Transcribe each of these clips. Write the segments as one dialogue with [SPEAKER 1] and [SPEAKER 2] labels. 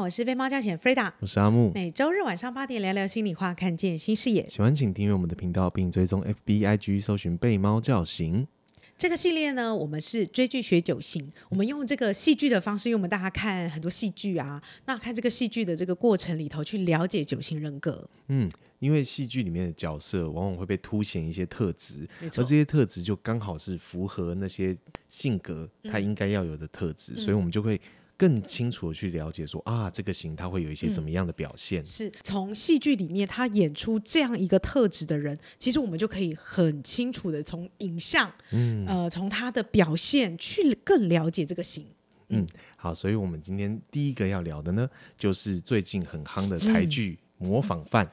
[SPEAKER 1] 我是被猫叫犬 Freda，
[SPEAKER 2] 我是阿木。
[SPEAKER 1] 每周日晚上八点聊聊心里话，看见新视野。
[SPEAKER 2] 喜欢请订阅我们的频道，并追踪 FB、IG，搜寻“被猫叫醒
[SPEAKER 1] 这个系列呢，我们是追剧学九型，我们用这个戏剧的方式，因为我们大家看很多戏剧啊，那看这个戏剧的这个过程里头去了解九型人格，”。
[SPEAKER 2] 嗯，因为戏剧里面的角色往往会被凸显一些特质，
[SPEAKER 1] 没
[SPEAKER 2] 而这
[SPEAKER 1] 错，
[SPEAKER 2] 些特质就刚好是符合那些性格
[SPEAKER 1] 嗯
[SPEAKER 2] 他应该要有的特质，所以我们就会更清楚的去了解说啊，这个型他会有一
[SPEAKER 1] 嗯
[SPEAKER 2] 些什么样的表现。
[SPEAKER 1] 是从戏剧里面他演出这样一个特质的人，其实我们就可以很清楚的从影像，嗯，呃，从他的表现去更了解这个型。
[SPEAKER 2] 好，所以我们今天第一个要聊的呢，就是最近很夯的
[SPEAKER 1] 嗯
[SPEAKER 2] 台剧《模仿犯》。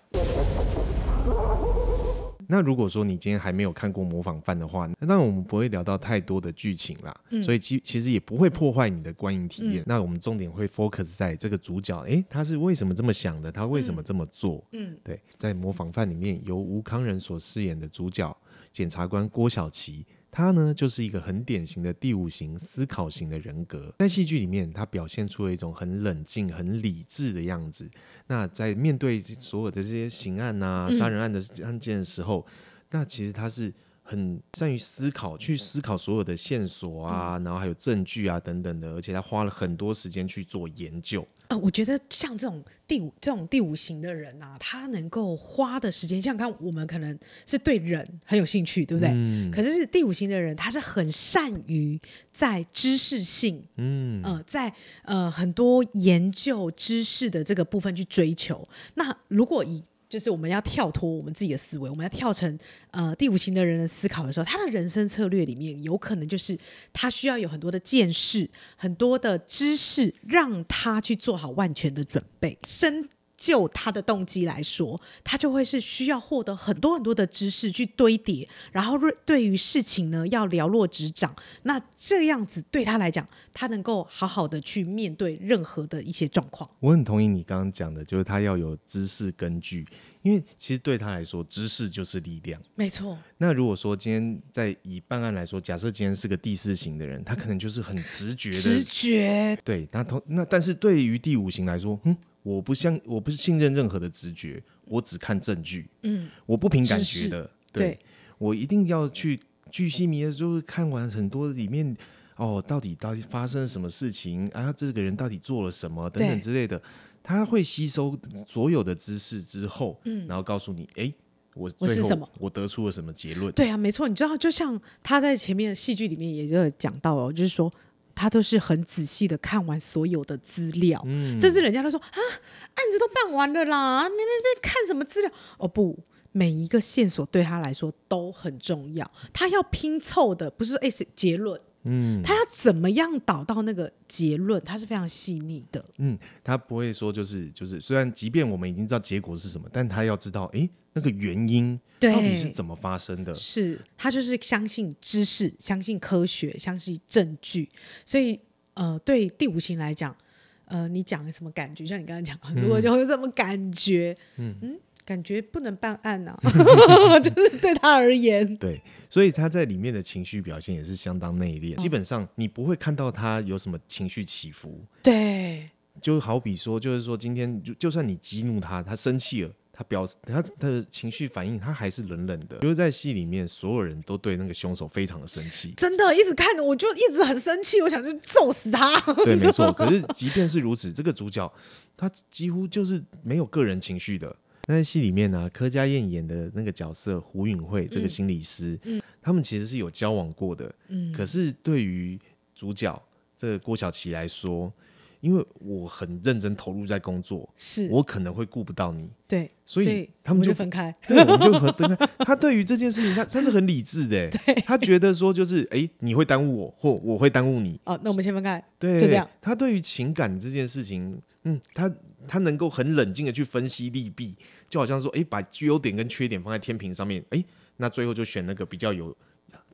[SPEAKER 2] 那如果说你今天还没有看过《模仿犯》的话，那当然我们不会聊到太多的剧情啦，
[SPEAKER 1] 嗯
[SPEAKER 2] 所以其其实也不会破坏你的观影体验。那我们重点会 focus 在这个主角，诶，他是为什么这么想的？他为什么这么做？
[SPEAKER 1] 嗯，
[SPEAKER 2] 对，在《模仿犯》里面，由吴康仁所饰演的主角检察官郭晓琪，他呢就是一个很典型的第五型思考型的人格。在戏剧里面，他表现出了一种很冷静、很理智的样子。那在面对所有的这些刑案啊、杀人案的案件的时候，那其实他是。很善于思考，去思考所有的线索啊，然后还有证据啊等等的，而且他花了很多时间去做研究。
[SPEAKER 1] 呃，我觉得像这种第五这种第五型的人啊，他能够花的时间，像刚我们可能是对人很有兴趣，对不对？可是是第五型的人，他是很善于在知识性，嗯，呃，在呃很多研究知识的这个部分去追求。那如果以就是我们要跳脱我们自己的思维，我们要跳成呃第五型的人的思考的时候，他的人生策略里面有可能就是他需要有很多的见识、很多的知识，让他去做好万全的准备。深就他的动机来说，他就会是需要获得很多很多的知识去堆叠，然后对对于事情呢要了若指掌。那这样子对他来讲，他能够好好的去面对任何的一些状况。
[SPEAKER 2] 我很同意你刚刚讲的，就是他要有知识根据，因为其实对他来说，知识就是力量。
[SPEAKER 1] 没错，
[SPEAKER 2] 那如果说今天在以办案来说，假设今天是个第四型的人，他可能就是很直觉
[SPEAKER 1] 直
[SPEAKER 2] 的，
[SPEAKER 1] 觉
[SPEAKER 2] 对，那同那但是对于第五型来说，嗯，我不相我不信任任何的直觉，我只看证据，嗯，我不凭感觉的，对
[SPEAKER 1] 对
[SPEAKER 2] 我一定要去巨细靡的，就是看完很多里面哦，到底到底发生了什么事情啊？这个人到底做了什么等等
[SPEAKER 1] 对
[SPEAKER 2] 之类的，他会吸收所有的知识之后，然后告诉你，哎，我
[SPEAKER 1] 嗯我
[SPEAKER 2] 最
[SPEAKER 1] 是
[SPEAKER 2] 后
[SPEAKER 1] 什么
[SPEAKER 2] 我得出了什么结论？
[SPEAKER 1] 对啊，没错，你知道，就像他在前面的戏剧里面也就有讲到哦，就是说他都是很仔细的看完所有的资料，甚至人家都说啊，案子都办完了啦，啊你们这边看什么资料？哦不。每一个线索对他来说都很重要，他要拼凑的不是哎是结论，嗯，他要怎么样导到那个结论，他是非常细腻的，
[SPEAKER 2] 嗯，他不会说就是就是，虽然即便我们已经知道结果是什么，但他要知道，哎，那个原因
[SPEAKER 1] 对
[SPEAKER 2] 到底是怎么发生的？
[SPEAKER 1] 是他就是相信知识，相信科学，相信证据，所以呃，对第五型来讲，呃，你讲什么感觉？像你刚刚讲，如果就会有什么感觉，嗯感觉不能办案啊， 就是对他而言，
[SPEAKER 2] 对，所以他在里面的情绪表现也是相当内敛，基本上你不会看到他有什么情绪起伏。
[SPEAKER 1] 对，。
[SPEAKER 2] 就好比说，就是说今天就就算你激怒他，他生气了，他表他他的情绪反应，他还是冷冷的。就是在戏里面，所有人都对那个凶手非常的生气
[SPEAKER 1] 真的一直看着我就一直很生气，我想去揍死他。
[SPEAKER 2] 对，没错。可是即便是如此，这个主角他几乎就是没有个人情绪的。那在戏里面呢、柯佳燕演的那个角色胡允慧，这个心理师，他们其实是有交往过的。
[SPEAKER 1] 嗯
[SPEAKER 2] 可是对于主角这个郭晓琪来说，因为我很认真投入在工作，
[SPEAKER 1] 是
[SPEAKER 2] 我可能会顾不到你，
[SPEAKER 1] 对，
[SPEAKER 2] 所以他
[SPEAKER 1] 我
[SPEAKER 2] 们
[SPEAKER 1] 们
[SPEAKER 2] 就
[SPEAKER 1] 分开，
[SPEAKER 2] 对，我们就很分开。他对于这件事情，他他是很理智的欸，他觉得说就是，哎、你会耽误我，或我会耽误你，
[SPEAKER 1] 哦，那我们先分开，
[SPEAKER 2] 对，
[SPEAKER 1] 就这样。
[SPEAKER 2] 他对于情感这件事情，嗯，他他能够很冷静的去分析利弊，就好像说，哎、把优点跟缺点放在天平上面，哎、那最后就选那个比较有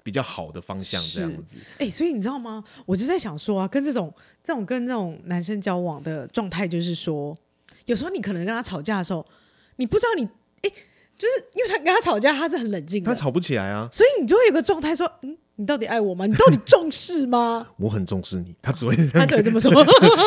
[SPEAKER 2] 比较好的方向这样子。
[SPEAKER 1] 哎、所以你知道吗？我就在想说啊，跟这种这种跟这种男生交往的状态，就是说，有时候你可能跟他吵架的时候，你不知道你哎、就是因为他跟他吵架，他是很冷静
[SPEAKER 2] 他
[SPEAKER 1] 的，
[SPEAKER 2] 吵不起来啊，
[SPEAKER 1] 所以你就会有个状态说，嗯，你到底爱我吗？你到 底重视吗？
[SPEAKER 2] 我很重视你，他只会
[SPEAKER 1] 他就会这么说，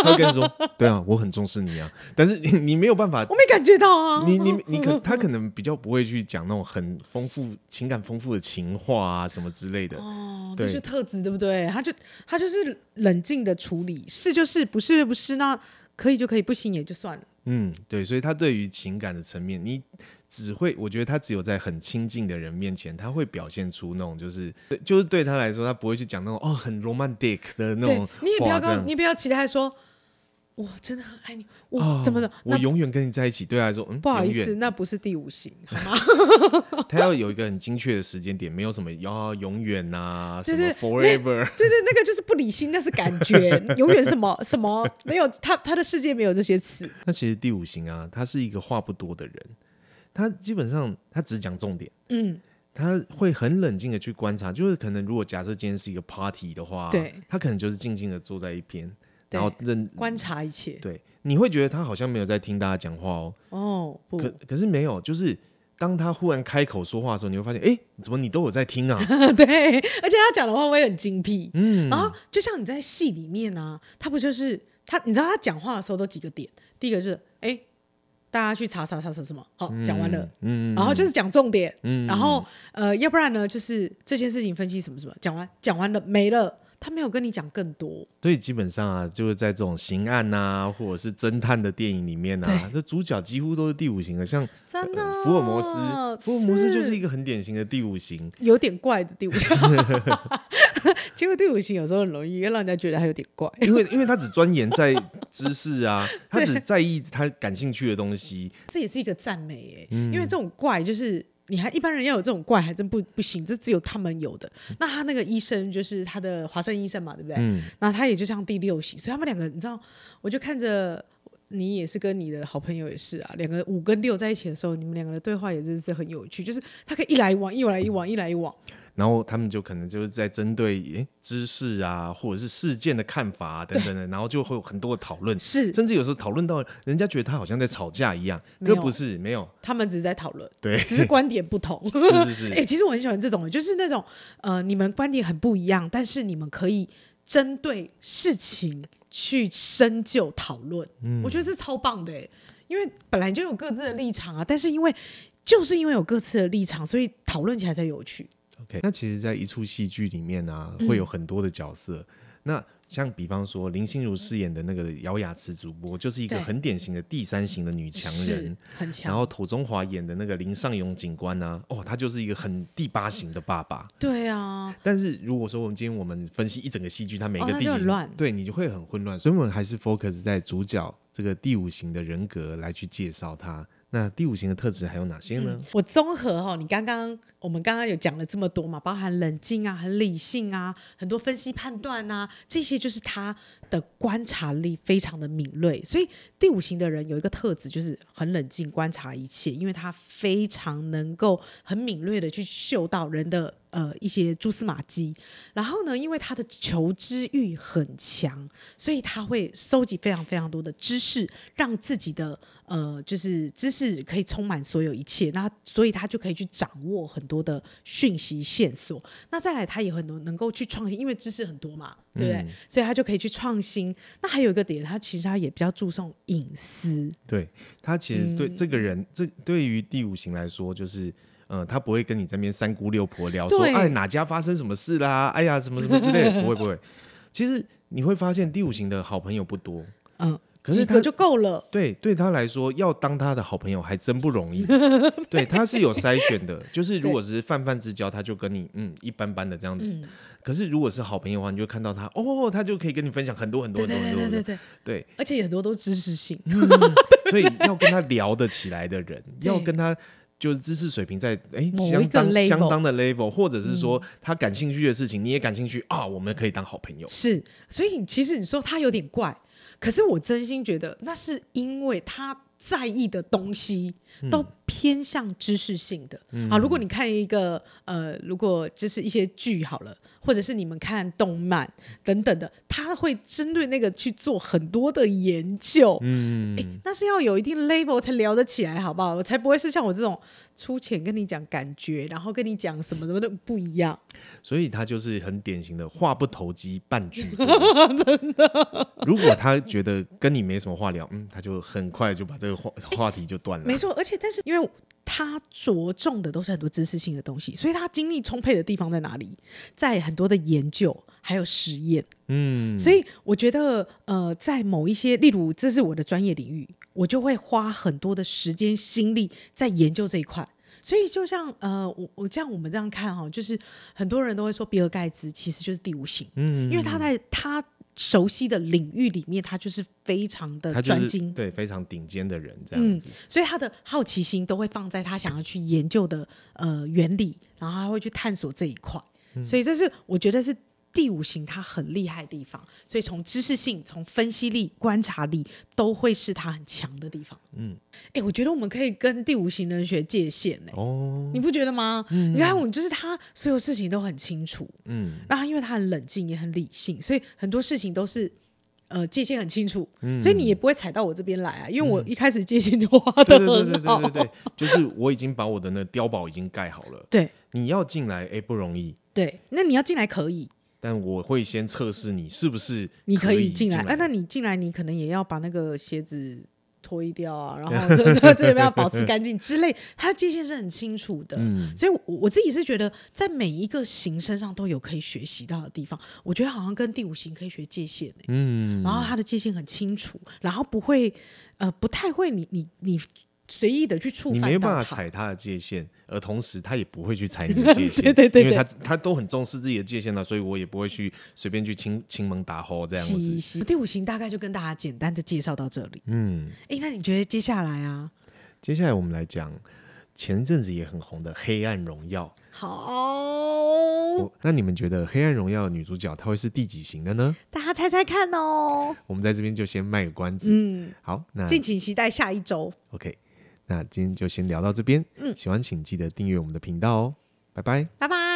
[SPEAKER 2] 他会跟你说，对啊，我很重视你啊，但是你你没 有办法
[SPEAKER 1] 我没感觉到啊。
[SPEAKER 2] 你你你 可他可能比较不会去讲那种很丰富情感丰富的情话啊什么之类的，
[SPEAKER 1] 哦，这
[SPEAKER 2] 对
[SPEAKER 1] 就是特质，对不对？他就他就是冷静的处理，是就是，不是不是，那可以就可以，不行也就算了。
[SPEAKER 2] 嗯，对，所以他对于情感的层面，你只会我觉得他只有在很亲近的人面前，他会表现出那种就是对就是对他来说，他不会去讲那种哦很 romantic 的那
[SPEAKER 1] 对
[SPEAKER 2] 种，
[SPEAKER 1] 你也不要
[SPEAKER 2] 话这
[SPEAKER 1] 告诉，
[SPEAKER 2] 样
[SPEAKER 1] 你不要期待他说，我真的很爱你，我、
[SPEAKER 2] 哦
[SPEAKER 1] 怎么的？
[SPEAKER 2] 我
[SPEAKER 1] 那
[SPEAKER 2] 永远跟你在一起，对他来说，嗯，
[SPEAKER 1] 不好意
[SPEAKER 2] 永
[SPEAKER 1] 思，哦
[SPEAKER 2] 远，
[SPEAKER 1] 那不是第五型，好吗？
[SPEAKER 2] 他要有一个很精确的时间点，没有什么要永 远呐、
[SPEAKER 1] 对
[SPEAKER 2] 什么
[SPEAKER 1] 对
[SPEAKER 2] forever，
[SPEAKER 1] 对对，那个就是不理性，那是感觉，永远什么什么没有，他他的世界没有这些词。
[SPEAKER 2] 那其实第五型啊，他是一个话不多的人，他基本上他只讲重点，
[SPEAKER 1] 嗯，
[SPEAKER 2] 他会很冷静的去观察，就是可能如果假设今天是一个 party 的话，
[SPEAKER 1] 对，
[SPEAKER 2] 他可能就是静静的坐在一边，
[SPEAKER 1] 对
[SPEAKER 2] 然后认
[SPEAKER 1] 观察一切。
[SPEAKER 2] 对，你会觉得他好像没有在听大家讲话哦，
[SPEAKER 1] 哦，不，
[SPEAKER 2] 可可是没有，就是。当他忽然开口说话的时候，你会发现，哎、怎么你都有在听啊？
[SPEAKER 1] 对，而且他讲的话我也很精辟。
[SPEAKER 2] 嗯，
[SPEAKER 1] 然后就像你在戏里面啊，他不就是他？你知道他讲话的时候都几个点？第一个就是哎、诶大家去查查查查什么？好， 讲完了。
[SPEAKER 2] 嗯，嗯，
[SPEAKER 1] 然后就是讲重点，
[SPEAKER 2] 嗯
[SPEAKER 1] 然后呃，要不然呢，就是这件事情分析什么什么，讲完讲完了没了，他没有跟你讲更多，
[SPEAKER 2] 所以基本上啊，就是在这种刑案呐、或者是侦探的电影里面啊
[SPEAKER 1] 对，
[SPEAKER 2] 这主角几乎都是第五型的，像呃
[SPEAKER 1] 真的。哦
[SPEAKER 2] 福尔摩斯，福尔摩斯就是一个很典型的第五型。
[SPEAKER 1] 有点怪的第 五型，结果第五型有时候很容易让人家觉得他有点怪。
[SPEAKER 2] 因为因为他只钻研在知识 啊，他只在意他感兴趣的东西，
[SPEAKER 1] 这也是一个赞美哎、
[SPEAKER 2] 嗯
[SPEAKER 1] 因为这种怪就是你还一般人要有这种怪还真不不行，这只有他们有的。那他那个医生就是他的华生医生嘛，对不对？
[SPEAKER 2] 嗯
[SPEAKER 1] 那他也就像第六型，所以他们两个你知道，我就看着。你也是跟你的好朋友也是啊，两个五跟六在一起的时候，你们两个的对话也真是很有趣，就是他可以一来一往，一来一往，一来一往。
[SPEAKER 2] 然后他们就可能就是在针对诶知识啊，或者是事件的看法啊等等的，然后就会有很多的讨论，
[SPEAKER 1] 是
[SPEAKER 2] 甚至有时候讨论到人家觉得他好像在吵架一样，
[SPEAKER 1] 没
[SPEAKER 2] 可
[SPEAKER 1] 有
[SPEAKER 2] 不是，没 有，
[SPEAKER 1] 他们只是在讨论，
[SPEAKER 2] 对
[SPEAKER 1] 只是观点不同。
[SPEAKER 2] 是是是
[SPEAKER 1] 哎、其实我很喜欢这种，就是那种呃，你们观点很不一样，但是你们可以针对事情去深究讨论。嗯，我觉得这超棒的、欸，因为本来就有各自的立场啊，但是因为就是因为有各自的立场，所以讨论起来才有趣。
[SPEAKER 2] OK，那其实，在一出戏剧里面啊，会
[SPEAKER 1] 嗯
[SPEAKER 2] 有很多的角色。那像比方说林心如饰演的那个姚雅慈主播，就是一个
[SPEAKER 1] 对
[SPEAKER 2] 很典型的第三型的女强
[SPEAKER 1] 是
[SPEAKER 2] 人。
[SPEAKER 1] 很
[SPEAKER 2] 然
[SPEAKER 1] 强，
[SPEAKER 2] 后涂中华演的那个林尚勇警官呢、哦，他就是一个很第八型的爸爸。
[SPEAKER 1] 对啊，
[SPEAKER 2] 但是如果说我们今天我们分析一整个戏剧，它每一
[SPEAKER 1] 哦
[SPEAKER 2] 个
[SPEAKER 1] 那
[SPEAKER 2] 第
[SPEAKER 1] 就
[SPEAKER 2] 几
[SPEAKER 1] 很
[SPEAKER 2] 型、
[SPEAKER 1] 乱
[SPEAKER 2] 对你就会很混乱，所以我们还是 focus 在主角这个第五型的人格来去介绍他。那第五型的特质还有哪些呢？
[SPEAKER 1] 我综合哈、你刚刚我们刚刚有讲了这么多嘛，包含冷静啊、很理性啊、很多分析判断啊，这些就是他的观察力非常的敏锐。所以第五型的人有一个特质，就是很冷静观察一切，因为他非常能够很敏锐的去嗅到人的呃一些蛛丝马迹。然后呢，因为他的求知欲很强，所以他会收集非常非常多的知识，让自己的呃，就是知识可以充满所有一切。那所以他就可以去掌握很多的讯息线索。那再来，他也很多能够去创新，因为知识很多嘛，对不对？所以他就可以去创新。那还有一个点，他其实他也比较注重隐私，
[SPEAKER 2] 对他其实
[SPEAKER 1] 嗯
[SPEAKER 2] 对这个人，这对于第五型来说，就是呃，他不会跟你这边三姑六婆聊说，
[SPEAKER 1] 对
[SPEAKER 2] 哎，哪家发生什么事啦，哎呀，什么什么之类的，不会不会。其实你会发现，第五型的好朋友不多，
[SPEAKER 1] 嗯，
[SPEAKER 2] 可是
[SPEAKER 1] 几
[SPEAKER 2] 他
[SPEAKER 1] 个就够了。
[SPEAKER 2] 对对他来说，要当他的好朋友还真不容 易。对，他是有筛选的，就是如果只是泛泛之交，他就跟你嗯一般般的这样子。
[SPEAKER 1] 嗯
[SPEAKER 2] 可是如果是好朋友的话，你就会看到他哦，他就可以跟你分享很多很多
[SPEAKER 1] 对
[SPEAKER 2] 很
[SPEAKER 1] 对
[SPEAKER 2] 多
[SPEAKER 1] 对
[SPEAKER 2] 很多
[SPEAKER 1] 对
[SPEAKER 2] 很
[SPEAKER 1] 对
[SPEAKER 2] 多。
[SPEAKER 1] 对，
[SPEAKER 2] 对，
[SPEAKER 1] 而且很多都知识性，
[SPEAKER 2] 所以要跟他聊得起来的人，
[SPEAKER 1] 对
[SPEAKER 2] 要跟他就是知识水平在哎
[SPEAKER 1] 某一个
[SPEAKER 2] 相当
[SPEAKER 1] level 嗯
[SPEAKER 2] 相当的 level，或者是说他感兴趣的事情你也感兴趣啊，我们可以当好朋友。
[SPEAKER 1] 是，所以其实你说他有点怪，
[SPEAKER 2] 嗯
[SPEAKER 1] 可是我真心觉得那是因为他在意的东西都偏向知识性的、啊。如果你看一个呃，如果就是一些剧好了，或者是你们看动漫等等的，他会针对那个去做很多的研究。
[SPEAKER 2] 嗯，
[SPEAKER 1] 哎、那是要有一定 level 才聊得起来，好不好？我才不会是像我这种粗浅跟你讲感觉，然后跟你讲什么什么的不一样。
[SPEAKER 2] 所以他就是很典型的话不投机半句 多，真的。 如果他觉得跟你没什么话聊，嗯，他就很快就把这个话话题就断了
[SPEAKER 1] 没。错，而且但是因为他着重的都是很多知识性的东西，所以他精力充沛的地方在哪里？在很多的研究还有实验。
[SPEAKER 2] 嗯，
[SPEAKER 1] 所以我觉得，呃，在某一些，例如这是我的专业领域，我就会花很多的时间心力在研究这一块。所以就像呃，我我这样我们这样看哈、就是很多人都会说比尔盖茨其实就是第五型，
[SPEAKER 2] 嗯
[SPEAKER 1] 因为他在他熟悉的领域里面，他就是非常的
[SPEAKER 2] 他就
[SPEAKER 1] 专
[SPEAKER 2] 是
[SPEAKER 1] 精。
[SPEAKER 2] 对非常顶尖的人这
[SPEAKER 1] 嗯
[SPEAKER 2] 样子。
[SPEAKER 1] 所以他的好奇心都会放在他想要去研究的呃原理，然后他会去探索这一块。所以这是我觉得是第五型他很厉害的地方。所以从知识性、从分析力、观察力都会是他很强的地方。
[SPEAKER 2] 嗯
[SPEAKER 1] 嗯，哎、我觉得我们可以跟第五型的人学界限呢、
[SPEAKER 2] 哦，
[SPEAKER 1] 你不觉得吗？你看，我就是他所有事情都很清楚，
[SPEAKER 2] 嗯，
[SPEAKER 1] 然后因为他很冷静，也很理性，所以很多事情都是呃界限很清楚，
[SPEAKER 2] 嗯
[SPEAKER 1] 所以你也不会踩到我这边来啊，因为我一开始界限就画的
[SPEAKER 2] 对对对对
[SPEAKER 1] 很好。
[SPEAKER 2] 嗯对 对对，就是我已经把我的那碉堡已经盖好了，
[SPEAKER 1] 对
[SPEAKER 2] 你要进来哎不容易，
[SPEAKER 1] 对那你要进来可以，
[SPEAKER 2] 但我会先测试你是不是
[SPEAKER 1] 你
[SPEAKER 2] 可
[SPEAKER 1] 以
[SPEAKER 2] 进
[SPEAKER 1] 进
[SPEAKER 2] 来。
[SPEAKER 1] 啊，那你进来你可能也要把那个鞋子。脱衣掉 啊，然后这这这边要保持干净之类，它的界限是很清楚的，
[SPEAKER 2] 嗯
[SPEAKER 1] 所以我我自己是觉得，在每一个型身上都有可以学习到的地方。我觉得好像跟第五型可以学界限、欸
[SPEAKER 2] 嗯，
[SPEAKER 1] 然后它的界限很清楚，然后不会呃不太会你你你随意的去触
[SPEAKER 2] 你
[SPEAKER 1] 犯
[SPEAKER 2] 没有办
[SPEAKER 1] 到
[SPEAKER 2] 法
[SPEAKER 1] 它
[SPEAKER 2] 踩他的界限，而同时他也不会去踩你 的界限，
[SPEAKER 1] 对对对
[SPEAKER 2] 因为
[SPEAKER 1] 对
[SPEAKER 2] 他他都很重视自己的界限了，所以我也不会去随便去亲亲门打吼这样子
[SPEAKER 1] 是。是第五型大概就跟大家简单的介绍到这里。
[SPEAKER 2] 嗯，
[SPEAKER 1] 哎，那你觉得接下来啊？
[SPEAKER 2] 接下来我们来讲前阵子也很红的《黑暗荣耀》
[SPEAKER 1] 好，
[SPEAKER 2] 我那你们觉得《黑暗荣耀》的女主角她会是第几型的呢？
[SPEAKER 1] 大家猜猜看哦。
[SPEAKER 2] 我们在这边就先卖个关子。
[SPEAKER 1] 嗯，
[SPEAKER 2] 好，那
[SPEAKER 1] 敬请期待下一周。
[SPEAKER 2] OK，那今天就先聊到这边。
[SPEAKER 1] 嗯
[SPEAKER 2] 喜欢请记得订阅我们的频道哦，拜拜。
[SPEAKER 1] 拜拜。